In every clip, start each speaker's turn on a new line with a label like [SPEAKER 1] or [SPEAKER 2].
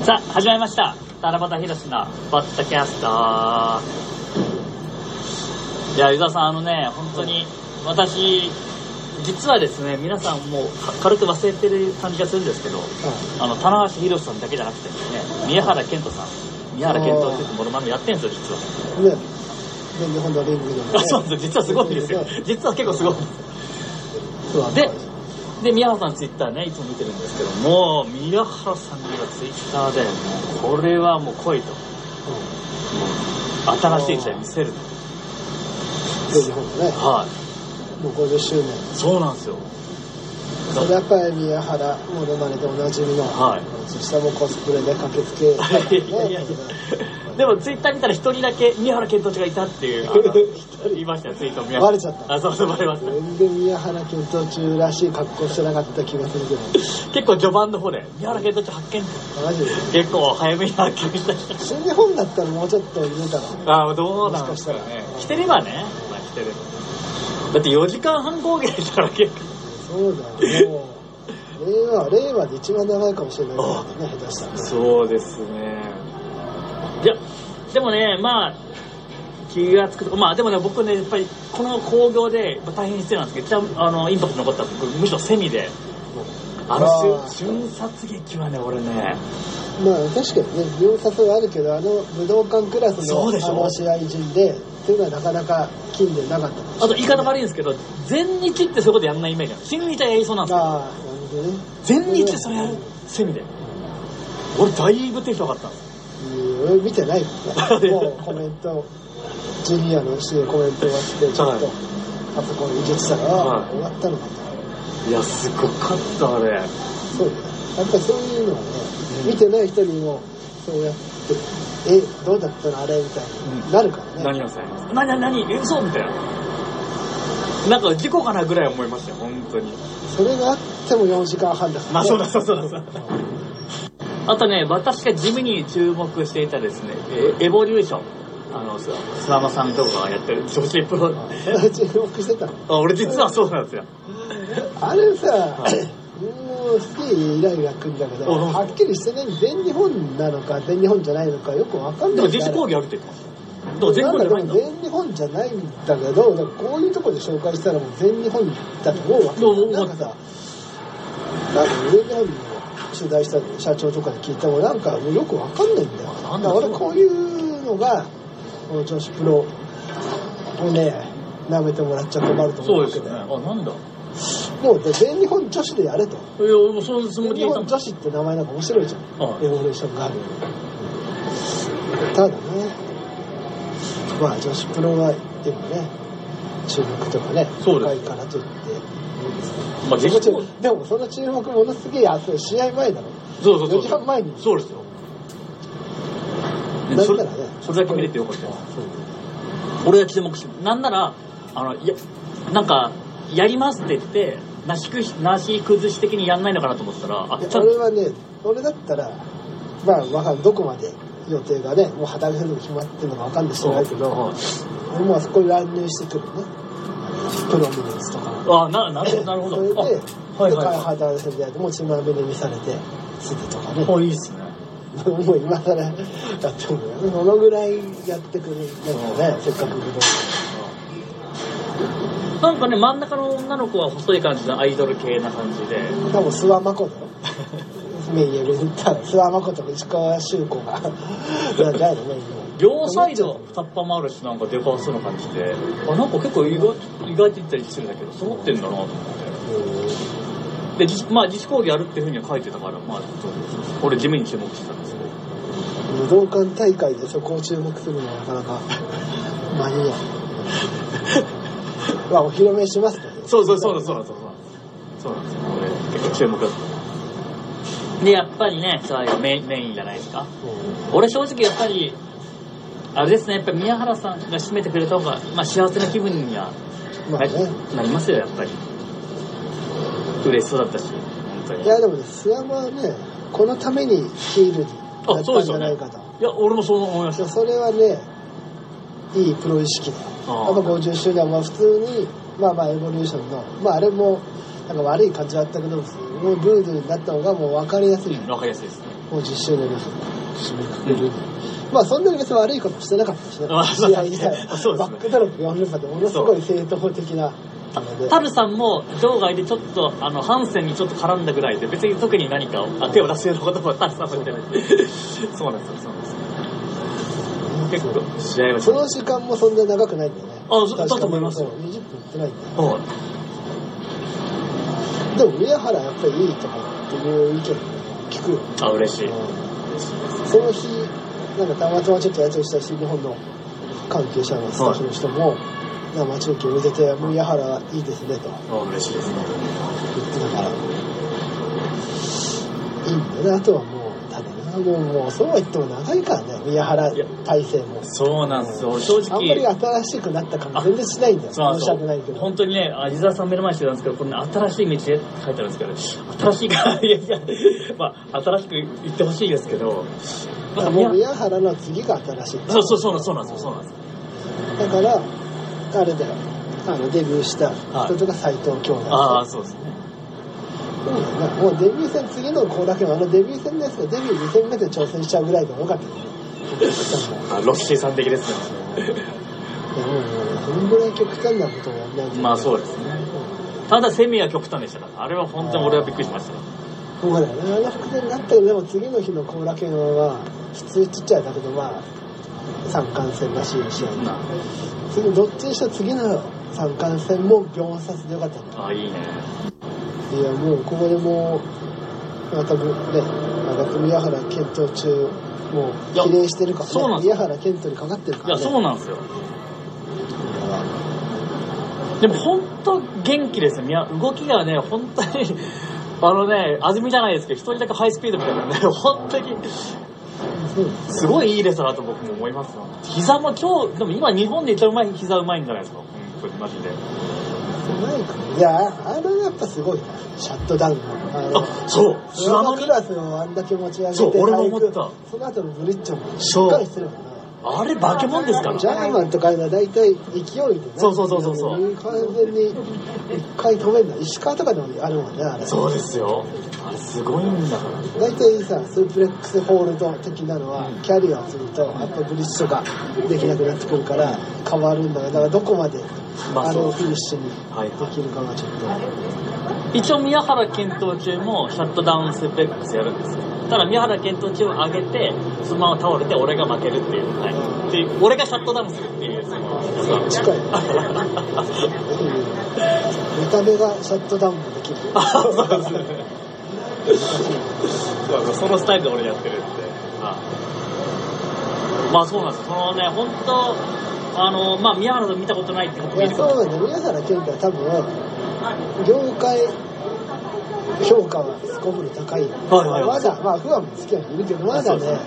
[SPEAKER 1] さあ、始まりました。タラバタヒロシのバッタキャスター。いや、湯沢さん、あのね、本当に、私、実はですね、皆さんもうか軽く忘れてる感じがするんですけど、あの、棚橋宏さんだけじゃなくてね、宮原健人さん。宮原健人っていうモノマネやってるんですよ、実は。
[SPEAKER 2] うんね全日本のリングでも
[SPEAKER 1] あ
[SPEAKER 2] ね
[SPEAKER 1] そうなんですよ実はすごいんですよ実は結構すごいんです
[SPEAKER 2] そうなん
[SPEAKER 1] でで宮原さんのツイッターねいつも見てるんですけども宮原さんがツイッターでもうこれはもう来いと
[SPEAKER 2] う
[SPEAKER 1] 新しい時代見せると
[SPEAKER 2] ん全日本のね
[SPEAKER 1] はい
[SPEAKER 2] もう50周年
[SPEAKER 1] そうなんですよ
[SPEAKER 2] それやっぱり宮原ものまねでおなじみの、
[SPEAKER 1] はい
[SPEAKER 2] そしてもうコスプレで駆けつけたり
[SPEAKER 1] い
[SPEAKER 2] ね
[SPEAKER 1] やいやいやでもツイッター見たら一人だけ宮原健人がいたっていうあの言いましたよツイート宮原
[SPEAKER 2] バレちゃった
[SPEAKER 1] あそうそうバレました
[SPEAKER 2] 全然宮原健闘中らしい格好してなかった気がするけど
[SPEAKER 1] 結構序盤の方で宮原健人発見
[SPEAKER 2] マジで
[SPEAKER 1] 結構早めに発見した
[SPEAKER 2] 新日本だったらもうちょっと入れたら
[SPEAKER 1] ああどうなんですかね
[SPEAKER 2] もしか
[SPEAKER 1] 来
[SPEAKER 2] したら
[SPEAKER 1] てればね、まあ、来てればだって4時間半合計したら結構
[SPEAKER 2] そうだよもう令和令和で一番長いかもしれないからね下手したらね
[SPEAKER 1] そうですねいやでもねまあ気がつくとまあでもね僕ねやっぱりこの興行でまあ大変失礼なんですけど一番あのインパクト残ったのは僕むしろセミであ
[SPEAKER 2] あ
[SPEAKER 1] の
[SPEAKER 2] ー
[SPEAKER 1] しゅ瞬殺劇はね俺ね
[SPEAKER 2] まあ確かにね秒殺はあるけどあの武道館クラスの
[SPEAKER 1] そうでしょ
[SPEAKER 2] あの試合陣でっていうのはなかなか近年なかったかもしれ
[SPEAKER 1] あと
[SPEAKER 2] ない
[SPEAKER 1] 言い方悪いんですけど全日ってそういうことやんないイメージなんです新日はやりそうなんですよ
[SPEAKER 2] ああなるほどね
[SPEAKER 1] 全日でそれやるセミで俺だいぶテンション上がったんです
[SPEAKER 2] うん俺見て ないからねもうコメントジュニアのしてコメントが来てちょっと
[SPEAKER 1] はい
[SPEAKER 2] パソコンに入れてたら、
[SPEAKER 1] はい
[SPEAKER 2] 終わったのかと
[SPEAKER 1] いやすごかったあれ
[SPEAKER 2] そうだよやっぱりそういうのはね見てない人にもそうやってえどうだったのあれみたいになるから
[SPEAKER 1] 何
[SPEAKER 2] ね、
[SPEAKER 1] がされます何何何え嘘みたいななんか事故かなぐらい思いましたよ本当に
[SPEAKER 2] それがあっても4時間半だから、ね、
[SPEAKER 1] まあそうだそうだそうだあとね私が地味に注目していたですねえエボリューションあのす砂山さんとかがやってる女子プロ
[SPEAKER 2] それ注目してたの
[SPEAKER 1] あ俺実はそうなんですよ
[SPEAKER 2] あれさ、
[SPEAKER 1] はい
[SPEAKER 2] もうすげえイライラくんだけど、
[SPEAKER 1] うん
[SPEAKER 2] はっきりしてね、全日本なのか、全日本じゃないのか、よくわか
[SPEAKER 1] で
[SPEAKER 2] んない
[SPEAKER 1] も
[SPEAKER 2] んだ
[SPEAKER 1] 自
[SPEAKER 2] よ
[SPEAKER 1] 主講義あるって言ってましたでも全国じゃないん
[SPEAKER 2] んだ
[SPEAKER 1] だ
[SPEAKER 2] けど全日本じゃないんだけど、でもこういうとこで紹介したらもう全日本だと思うわけ
[SPEAKER 1] どう思う
[SPEAKER 2] なんかさ、なんか全日本の取材した社長とかに聞いても、なんかもうよくわかんないんだよ。
[SPEAKER 1] なんだ
[SPEAKER 2] だからこういうのが、この女子プロをね、舐めてもらっちゃ困ると思
[SPEAKER 1] そうう
[SPEAKER 2] わ
[SPEAKER 1] で
[SPEAKER 2] け
[SPEAKER 1] すよ
[SPEAKER 2] で
[SPEAKER 1] ねあなんだい
[SPEAKER 2] もうで全日本女子でやれと。
[SPEAKER 1] や俺もそのつもり
[SPEAKER 2] 全日
[SPEAKER 1] でいた
[SPEAKER 2] 本
[SPEAKER 1] ん
[SPEAKER 2] 女子って名前なんか面白いじゃん、
[SPEAKER 1] はい
[SPEAKER 2] エボリューションがあるただねまあ女子プロはでもね注目とかね
[SPEAKER 1] そうです
[SPEAKER 2] 高いからといって
[SPEAKER 1] まあ自
[SPEAKER 2] も
[SPEAKER 1] 主
[SPEAKER 2] ち
[SPEAKER 1] 講
[SPEAKER 2] ろ
[SPEAKER 1] 義
[SPEAKER 2] んでもその注目ものすげえあそう試合前だろ
[SPEAKER 1] そうそうそう
[SPEAKER 2] 4時半前に
[SPEAKER 1] そうですよ
[SPEAKER 2] なんならね
[SPEAKER 1] それそれだけ見れてよかったです俺が注目してなんならあのいやなんかやりますって言ってなしくなし崩し的にやんないのかなと思ってたらあ
[SPEAKER 2] いや
[SPEAKER 1] ちゃん
[SPEAKER 2] 俺
[SPEAKER 1] と
[SPEAKER 2] はね俺だったらまあわかんどこまで予定がねもう働くの決まってるのかわかんないしないけど
[SPEAKER 1] はい
[SPEAKER 2] 俺もあそこに乱入してくるねプロミネンスとか
[SPEAKER 1] あななるほどなるほ
[SPEAKER 2] そ
[SPEAKER 1] ど
[SPEAKER 2] れで、
[SPEAKER 1] あはい
[SPEAKER 2] で
[SPEAKER 1] はい
[SPEAKER 2] 開
[SPEAKER 1] は
[SPEAKER 2] 発されてもう血まみれにされてすぐとかね
[SPEAKER 1] いあいいっすね
[SPEAKER 2] もう今更やってもねそのぐらいやってくれるんだよねせっかく武道
[SPEAKER 1] なんかね真ん中の女の子は細い感じのアイドル系な感じで
[SPEAKER 2] 館多分諏訪真子だよメイエルに行ったら諏訪真子とか石川修子がなんじゃないのメイエル
[SPEAKER 1] 両サイドタッパもあるしなんかデパースの感じであなんか結構意外意外って言ったりするんだけど揃ってんだなと思ってで、自まあ、自主講義やるっていうふうには書いてたから、まあ、ちょっと俺、地味に注目してたんですけど。
[SPEAKER 2] 武道館大会でそこを注目するのはなかなかマニア まあお披露目しますけどね
[SPEAKER 1] そうそうそうそうそうそう。そうなんですよ。俺、結構注目だった。で、やっぱりね、それがメインメインじゃないですか。
[SPEAKER 2] うん
[SPEAKER 1] 俺、正直やっぱり、あれですね、やっぱ宮原さんが締めてくれた方が、まあ、幸せな気分には
[SPEAKER 2] ま
[SPEAKER 1] な,、
[SPEAKER 2] あね
[SPEAKER 1] なりますよ、やっぱり。嬉しそうだったし、本当に。
[SPEAKER 2] いやでもね、須山はね、このためにヒールになったんじゃないかと。
[SPEAKER 1] いや、俺もそう思いまし
[SPEAKER 2] そ
[SPEAKER 1] た。
[SPEAKER 2] れはね、いいプロ意識だよ。
[SPEAKER 1] ああ
[SPEAKER 2] やっぱ50周年は普通に、まあまあエボリューションの、まああれも、なんか悪い感じはあったけど、もうブードゥーになった方がもう分かりやすい。
[SPEAKER 1] わかりやすいですね。
[SPEAKER 2] もう10周年が締めくくる、まあそんなに別に悪いことしてなかったしね
[SPEAKER 1] まあ
[SPEAKER 2] 試合自体
[SPEAKER 1] そうですね
[SPEAKER 2] バックドロップ4連覇ってものすごい正当的な
[SPEAKER 1] た
[SPEAKER 2] ので
[SPEAKER 1] タルさんも場外でちょっとあのハンセンにちょっと絡んだぐらいで別に特に何かをあ手を出すようなこともタルさんも言ってないそうなんですよそうなんですよ結構試合はち
[SPEAKER 2] そ
[SPEAKER 1] ょっ
[SPEAKER 2] の時間もそんな長くないんだよね
[SPEAKER 1] あそ
[SPEAKER 2] 確かに
[SPEAKER 1] だと思いますよ
[SPEAKER 2] そう20分いってないんだよ
[SPEAKER 1] とはい
[SPEAKER 2] でも宮原やっぱりいいとこっていう意見聞くよ、
[SPEAKER 1] あ嬉しい
[SPEAKER 2] うんその日なんかたまたまちょっとやつをしたし日本の関係者のスタッフの人も生中継見てて宮原いいですねと
[SPEAKER 1] あ嬉しいですね
[SPEAKER 2] 言ってたからいいんだよねあとはもうただなもうもうそうは言っても長いからね宮原体制も
[SPEAKER 1] そうなんですよ正直
[SPEAKER 2] あんまり新しくなった感全然しないんだよ
[SPEAKER 1] そうなん
[SPEAKER 2] 申
[SPEAKER 1] で
[SPEAKER 2] し
[SPEAKER 1] すよ
[SPEAKER 2] 訳ないけど
[SPEAKER 1] 本当にね、あ伊沢さん目の前にしてたんですけど、こんな新しい道へって書いてあるんですけど、新しいから、いやいや、まあ、新しく行ってほしいですけど、ま
[SPEAKER 2] ま
[SPEAKER 1] あ
[SPEAKER 2] あ、もう宮原の次が新しい
[SPEAKER 1] そうそうそうそうなんですよ、そうなんですよ。
[SPEAKER 2] だからあれだよあのデビューした人とか斎藤京奈
[SPEAKER 1] ああ、そうですね。
[SPEAKER 2] そうだよねもうデビュー戦次の子だけはあのデビュー戦ですけどデビュー2戦目で挑戦しちゃうぐらいでもよ かったよね
[SPEAKER 1] あロッシーさん的ですね。
[SPEAKER 2] いやもうもうそのぐらい極端なことをやんないとね
[SPEAKER 1] まあそうですね。ただ、セミは極端でしたから、あれは本当に俺はびっくりしましたね。
[SPEAKER 2] そうだよねあの伏線になったけどでも次の日の後楽園は普通ちっちゃいだけどまあ三冠戦らしい試合
[SPEAKER 1] うん
[SPEAKER 2] 次どっちにしても次の三冠戦も秒殺でよかったんだ
[SPEAKER 1] ああ、いいね。
[SPEAKER 2] いやもうここでもうまたぶね長く宮原健闘中もう
[SPEAKER 1] いや
[SPEAKER 2] 比例してるから、ね、
[SPEAKER 1] そうなんです
[SPEAKER 2] 宮原健闘にかかってるか
[SPEAKER 1] い
[SPEAKER 2] ら、
[SPEAKER 1] や、
[SPEAKER 2] ね、
[SPEAKER 1] そうなんですよ。でも本当元気ですね。いや動きがね、本当に、 あのね、味見じゃないですけど、一人だけハイスピードみたいなね、 本当に、
[SPEAKER 2] そうです
[SPEAKER 1] ごいいいレースだなと僕も思いますよ。膝も今日、でも今日本で一番うまい膝うまいんじゃないですか。本当にマジで。
[SPEAKER 2] うまいかいやあれやっぱすごいなシャットダウンあの
[SPEAKER 1] あ、そう、スワ
[SPEAKER 2] ワ
[SPEAKER 1] ノ
[SPEAKER 2] ノ
[SPEAKER 1] リ
[SPEAKER 2] ク。ラスをあんだけ持ち上げて
[SPEAKER 1] そう俺も思った
[SPEAKER 2] 俳句その後のブリッジョンもし
[SPEAKER 1] そう
[SPEAKER 2] っかりしてるもんね
[SPEAKER 1] あれ化け物ですから
[SPEAKER 2] ジ。ャーマンとかいうのは大体勢いでね
[SPEAKER 1] そうそうそうそうそう
[SPEAKER 2] 完全に一回止めるの石川とかでもあるもんねあれ
[SPEAKER 1] そうですよ。あれすごいんだから。
[SPEAKER 2] 大体さスープレックスホールド的なのは
[SPEAKER 1] うん
[SPEAKER 2] キャリアをするとやっぱブリッジとかできなくなってくるから変わるんだよだからどこまで
[SPEAKER 1] まあ
[SPEAKER 2] あ
[SPEAKER 1] そ
[SPEAKER 2] の
[SPEAKER 1] う
[SPEAKER 2] フィニッシュに
[SPEAKER 1] はい
[SPEAKER 2] できるかがちょっと
[SPEAKER 1] 一応宮原検討中もシャットダウンスープレックスやるんですよただ宮原検討中を上げてそのまま倒れて俺が負けるっていう、はい、で俺がシャットダウンするっていうその
[SPEAKER 2] 近 い見た目がシャットダウンも できる
[SPEAKER 1] あそうですねそうそうそのスタイルで俺やってるってはいまあそうなんですよそのね本当あのまあ宮原と見たことないってこと
[SPEAKER 2] い
[SPEAKER 1] もい
[SPEAKER 2] や
[SPEAKER 1] るかも
[SPEAKER 2] そうなんだ宮原健太は多分業界評価はすこぶる高い、
[SPEAKER 1] はいはい
[SPEAKER 2] まだまあ不安も好きなんでいるけどまだ
[SPEAKER 1] あそう
[SPEAKER 2] ね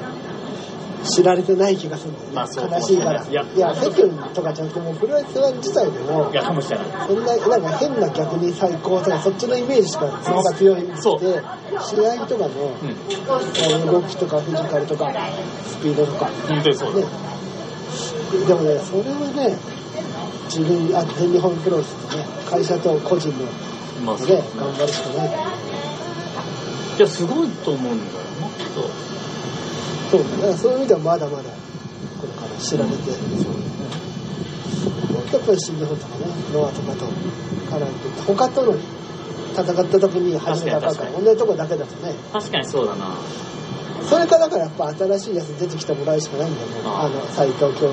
[SPEAKER 2] 知られてない気がするんだよね、
[SPEAKER 1] まあそう
[SPEAKER 2] 悲しいから
[SPEAKER 1] いや
[SPEAKER 2] いや世間とかじゃなくてもうプロレスワン自体でも
[SPEAKER 1] いやかもしれない
[SPEAKER 2] そんななんか変な逆に最高とかそっちのイメージしかそこが強いって試
[SPEAKER 1] そ
[SPEAKER 2] 合
[SPEAKER 1] う
[SPEAKER 2] とかの
[SPEAKER 1] うん
[SPEAKER 2] 動きとかフィジカルとかスピードとか
[SPEAKER 1] 本当にそうで
[SPEAKER 2] ね
[SPEAKER 1] す、
[SPEAKER 2] でもね、それはね、自分、あ全日本プロレスってね、会社と個人のね、
[SPEAKER 1] まあそうですね
[SPEAKER 2] 頑張るしかない。
[SPEAKER 1] いやすごいと思うんだよもっと
[SPEAKER 2] そうだからそういう意味ではまだまだ、これから知られて、もっとやっぱり新日本とかね、ノアとかと絡んで、他との戦った時に初めて戦う
[SPEAKER 1] 確かに確か
[SPEAKER 2] から、同じとこだけだとね、
[SPEAKER 1] 確かにそうだな
[SPEAKER 2] それからだからやっぱ新しいやつ出てきてもらうしかないんだよね、
[SPEAKER 1] ああ
[SPEAKER 2] あの、斎藤兄弟と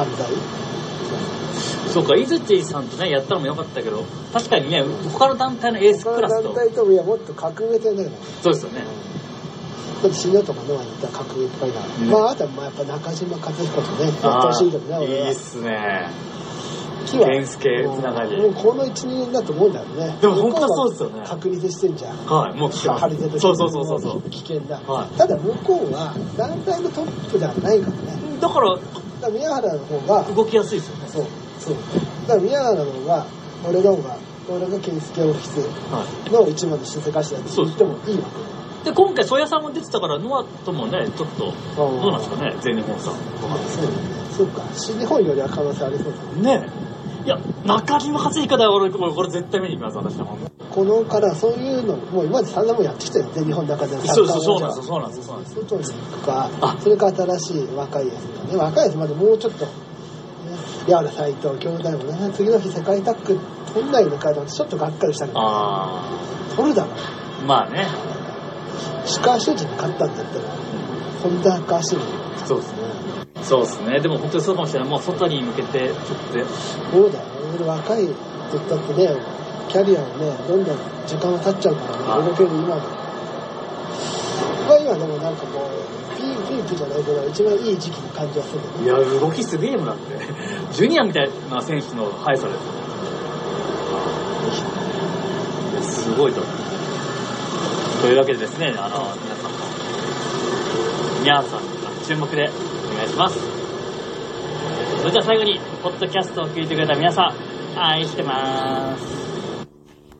[SPEAKER 2] 安西。
[SPEAKER 1] そうか、井槌さんとね、やったのも良かったけど、確かにね、他の団体のエース
[SPEAKER 2] そ
[SPEAKER 1] ク
[SPEAKER 2] の
[SPEAKER 1] ラス
[SPEAKER 2] 団
[SPEAKER 1] と、
[SPEAKER 2] 体ともいやもっと格上でね、
[SPEAKER 1] そうですよね。
[SPEAKER 2] だって死ぬとかのは言ったら格上いっぱいだ、
[SPEAKER 1] うん
[SPEAKER 2] まああとはまあやっぱ中島和彦とねやってほしいけどね
[SPEAKER 1] あーい
[SPEAKER 2] 俺はい
[SPEAKER 1] っすね。
[SPEAKER 2] 木は
[SPEAKER 1] 原付つながり
[SPEAKER 2] もうこの12年だと思うんだよね
[SPEAKER 1] でも本当そうですよね
[SPEAKER 2] 向こは確立してんじゃん
[SPEAKER 1] はい、もう来てます
[SPEAKER 2] 張り手と。
[SPEAKER 1] そうそうそうそうそ
[SPEAKER 2] 危険だ、
[SPEAKER 1] はい
[SPEAKER 2] ただ向こうは団体のトップではないからね
[SPEAKER 1] う。だから、
[SPEAKER 2] だから宮原の方が
[SPEAKER 1] 動きやすいですよね。
[SPEAKER 2] そうそうだから宮原の方が俺の方が俺が健介オフィス
[SPEAKER 1] は
[SPEAKER 2] の一番の出世頭って言ってもいいわ
[SPEAKER 1] い。で、今回、ソヤさんも出てたから、ノアともね、ちょっと、
[SPEAKER 2] け
[SPEAKER 1] どうなんですかね、全日本さん。
[SPEAKER 2] そうそうか新日本よりは可能性ありそうだね
[SPEAKER 1] ねいや、中島初彦だよ、俺、これ、これ絶対見に行きます、私は。
[SPEAKER 2] このからそういうのもう今まで散々もやってきたよね日本の中での
[SPEAKER 1] そうそうそう
[SPEAKER 2] サ
[SPEAKER 1] なん
[SPEAKER 2] ッ
[SPEAKER 1] です
[SPEAKER 2] カ
[SPEAKER 1] よ、そう
[SPEAKER 2] ー
[SPEAKER 1] なんですよ、そうなんですよ。
[SPEAKER 2] 外に行くか
[SPEAKER 1] あ
[SPEAKER 2] それか新しい若いやつとかね若いやつまでもうちょっとねレアル斎藤兄弟もね次の日世界タッグ取んないのかと思ってちょっとがっかりしたけど
[SPEAKER 1] あ
[SPEAKER 2] 取るだろ
[SPEAKER 1] ー、まあね、
[SPEAKER 2] 石川修司に勝ったんだったら本田か足に
[SPEAKER 1] そうですね。そうですね、でも本当にそうかもしれない。もう外に向けて、ちょっとで、
[SPEAKER 2] そうだよ俺若いって言ったってねキャリアをねどんどん時間が経っちゃうから
[SPEAKER 1] はい
[SPEAKER 2] ね動ける今の僕は今でもなんかこうピーピークじゃないけど一番いい時期に感じはするよ
[SPEAKER 1] い
[SPEAKER 2] ね
[SPEAKER 1] や、動きすげえもんだって。 ジュニアみたいな選手の速さです。すごいと思う。というわけでですね、あの、皆さんも、ニャーさん、注目でお願いします。それじゃあ最後に、ポッドキャストを聞いてくれた皆さん、愛してます。